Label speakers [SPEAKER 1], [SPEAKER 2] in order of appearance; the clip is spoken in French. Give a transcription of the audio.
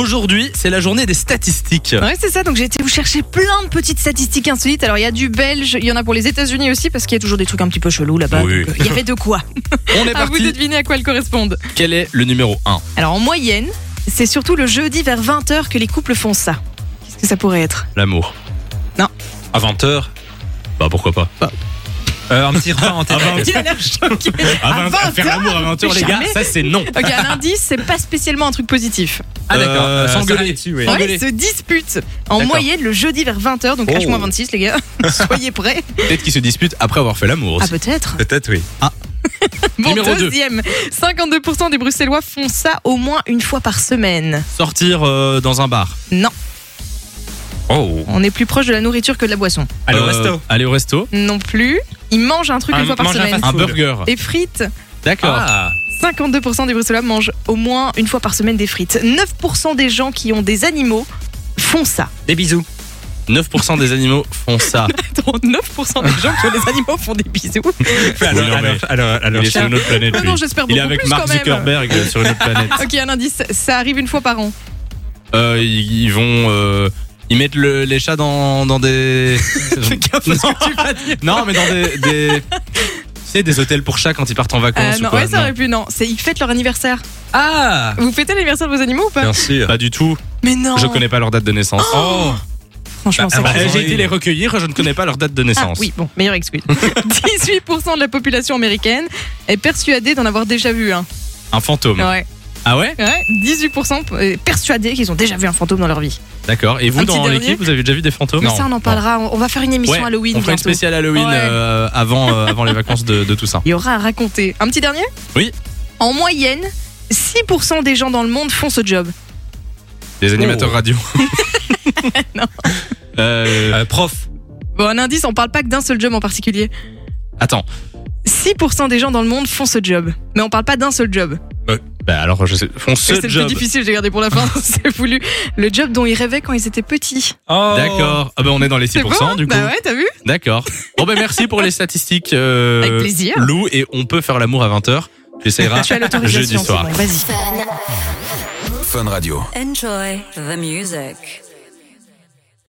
[SPEAKER 1] Aujourd'hui, c'est la journée des statistiques.
[SPEAKER 2] Ouais, c'est ça. Donc j'ai été vous chercher plein de petites statistiques insolites. Alors il y a du belge, il y en a pour les États-Unis aussi parce qu'il y a toujours des trucs un petit peu chelous là-bas.
[SPEAKER 1] Oui.
[SPEAKER 2] Donc, euh, Il y avait de quoi.
[SPEAKER 1] On est
[SPEAKER 2] À vous de
[SPEAKER 1] parti.
[SPEAKER 2] deviner à quoi elles correspondent.
[SPEAKER 1] Quel est le numéro 1
[SPEAKER 2] Alors en moyenne, c'est surtout le jeudi vers 20h que les couples font ça. Qu'est-ce que ça pourrait être
[SPEAKER 1] L'amour.
[SPEAKER 2] Non.
[SPEAKER 1] À 20h Bah pourquoi pas.
[SPEAKER 3] Euh, un petit repas en tête.
[SPEAKER 2] Il a l'air choqué. À 20
[SPEAKER 1] faire l'amour à 20h, les gars,
[SPEAKER 2] Jamais.
[SPEAKER 1] ça c'est non.
[SPEAKER 2] Ok, un indice, c'est pas spécialement un truc positif.
[SPEAKER 1] Ah d'accord,
[SPEAKER 3] Euh,
[SPEAKER 1] s'engueuler.
[SPEAKER 3] s'arrêter dessus, oui.
[SPEAKER 2] Ouais,
[SPEAKER 1] Engueuler.
[SPEAKER 2] ils se disputent en
[SPEAKER 1] D'accord.
[SPEAKER 2] moyenne le jeudi vers 20h, donc
[SPEAKER 1] Oh.
[SPEAKER 2] H-26 les gars, soyez prêts.
[SPEAKER 1] Peut-être qu'ils se disputent après avoir fait l'amour
[SPEAKER 2] Ah
[SPEAKER 1] aussi.
[SPEAKER 2] peut-être.
[SPEAKER 3] Peut-être, oui.
[SPEAKER 2] Bon,
[SPEAKER 1] Numéro deux.
[SPEAKER 2] deuxième, 52% des Bruxellois font ça au moins une fois par semaine.
[SPEAKER 1] Sortir euh, dans un bar.
[SPEAKER 2] Non,
[SPEAKER 3] Oh.
[SPEAKER 2] on est plus proche de la nourriture que de la boisson.
[SPEAKER 3] Aller au
[SPEAKER 1] Euh,
[SPEAKER 3] resto.
[SPEAKER 1] Aller au resto.
[SPEAKER 2] Non plus, ils mangent un truc
[SPEAKER 3] Un-
[SPEAKER 2] une fois par
[SPEAKER 3] manger un
[SPEAKER 2] semaine.
[SPEAKER 3] fast-
[SPEAKER 1] Un
[SPEAKER 3] Food.
[SPEAKER 1] burger.
[SPEAKER 2] Des frites.
[SPEAKER 1] D'accord.
[SPEAKER 3] Ah.
[SPEAKER 2] 52% des Bruxellois mangent au moins une fois par semaine des frites. 9% des gens qui ont des animaux font ça.
[SPEAKER 3] Des bisous.
[SPEAKER 1] 9% des animaux font ça.
[SPEAKER 2] Attends, 9% des gens qui ont des animaux font des bisous.
[SPEAKER 3] alors,
[SPEAKER 1] non, mais-
[SPEAKER 3] alors, alors, alors,
[SPEAKER 1] Il est sur une autre planète.
[SPEAKER 2] Non,
[SPEAKER 1] lui.
[SPEAKER 2] non, j'espère
[SPEAKER 1] Il est
[SPEAKER 2] beaucoup
[SPEAKER 1] avec
[SPEAKER 2] plus
[SPEAKER 1] Mark
[SPEAKER 2] quand même.
[SPEAKER 1] Zuckerberg euh, sur une autre planète.
[SPEAKER 2] Ok, un indice, ça arrive une fois par an.
[SPEAKER 1] Euh, ils ils vont. euh, ils mettent le- les chats dans, dans des. non. Non, mais dans des. des... Tu sais, des hôtels pour chats quand ils partent en
[SPEAKER 2] Euh,
[SPEAKER 1] vacances. ou
[SPEAKER 2] non,
[SPEAKER 1] quoi
[SPEAKER 2] ouais, ça
[SPEAKER 1] Non.
[SPEAKER 2] aurait pu, non. C'est, ils fêtent leur anniversaire.
[SPEAKER 3] Ah
[SPEAKER 2] Vous fêtez l'anniversaire de vos animaux ou pas
[SPEAKER 3] Bien sûr.
[SPEAKER 1] Pas du tout.
[SPEAKER 2] Mais non. Ah,
[SPEAKER 1] Je connais pas leur date de naissance.
[SPEAKER 3] Oh
[SPEAKER 2] Franchement, c'est
[SPEAKER 3] bah,
[SPEAKER 2] grave.
[SPEAKER 1] Euh, J'ai
[SPEAKER 3] oui.
[SPEAKER 1] été les recueillir, je ne connais pas leur date de
[SPEAKER 2] Ah
[SPEAKER 1] naissance.
[SPEAKER 2] oui, bon, meilleure excuse. 18% de la population américaine est persuadée d'en avoir déjà vu un.
[SPEAKER 1] Un fantôme.
[SPEAKER 2] Ouais.
[SPEAKER 1] Ah ouais
[SPEAKER 2] ouais 18% est euh, persuadés qu'ils ont déjà vu un fantôme dans leur vie.
[SPEAKER 1] D'accord. Et vous,
[SPEAKER 2] Un petit
[SPEAKER 1] dans
[SPEAKER 2] dernier
[SPEAKER 1] l'équipe, vous avez déjà vu des fantômes
[SPEAKER 2] Mais ça, on en parlera. On on va faire une émission
[SPEAKER 1] Ouais,
[SPEAKER 2] Halloween
[SPEAKER 1] On fera une
[SPEAKER 2] bientôt.
[SPEAKER 1] spéciale Halloween
[SPEAKER 2] Ouais.
[SPEAKER 1] euh, avant, euh, avant les vacances de, de Toussaint.
[SPEAKER 2] Il y aura à raconter. Un petit dernier
[SPEAKER 1] Oui.
[SPEAKER 2] En moyenne, 6% des gens dans le monde font ce job.
[SPEAKER 1] Des animateurs
[SPEAKER 3] Oh.
[SPEAKER 1] radio.
[SPEAKER 2] Non.
[SPEAKER 1] Euh,
[SPEAKER 3] Euh, Prof.
[SPEAKER 2] Bon, un indice, on parle pas que d'un seul job en particulier.
[SPEAKER 1] attends.
[SPEAKER 2] 6% des gens dans le monde font ce job. Mais on parle pas d'un seul job.
[SPEAKER 1] Bah alors, je sais. Font ce
[SPEAKER 2] C'est le
[SPEAKER 1] job.
[SPEAKER 2] plus difficile, j'ai gardé pour la fin, c'est voulu. Le job dont ils rêvaient quand ils étaient petits.
[SPEAKER 3] Oh.
[SPEAKER 1] D'accord. Ah bah on est dans les 6%
[SPEAKER 2] C'est bon, hein
[SPEAKER 1] du coup.
[SPEAKER 2] Bah ouais, t'as vu
[SPEAKER 1] D'accord. Bon ben merci pour les statistiques. euh,
[SPEAKER 2] Avec plaisir.
[SPEAKER 1] Lou et on peut faire l'amour à 20h. J'essaierai
[SPEAKER 2] Tu as l'autorisation,
[SPEAKER 1] jeudi soir.
[SPEAKER 2] c'est bon, vas-y.
[SPEAKER 4] Enjoy the music.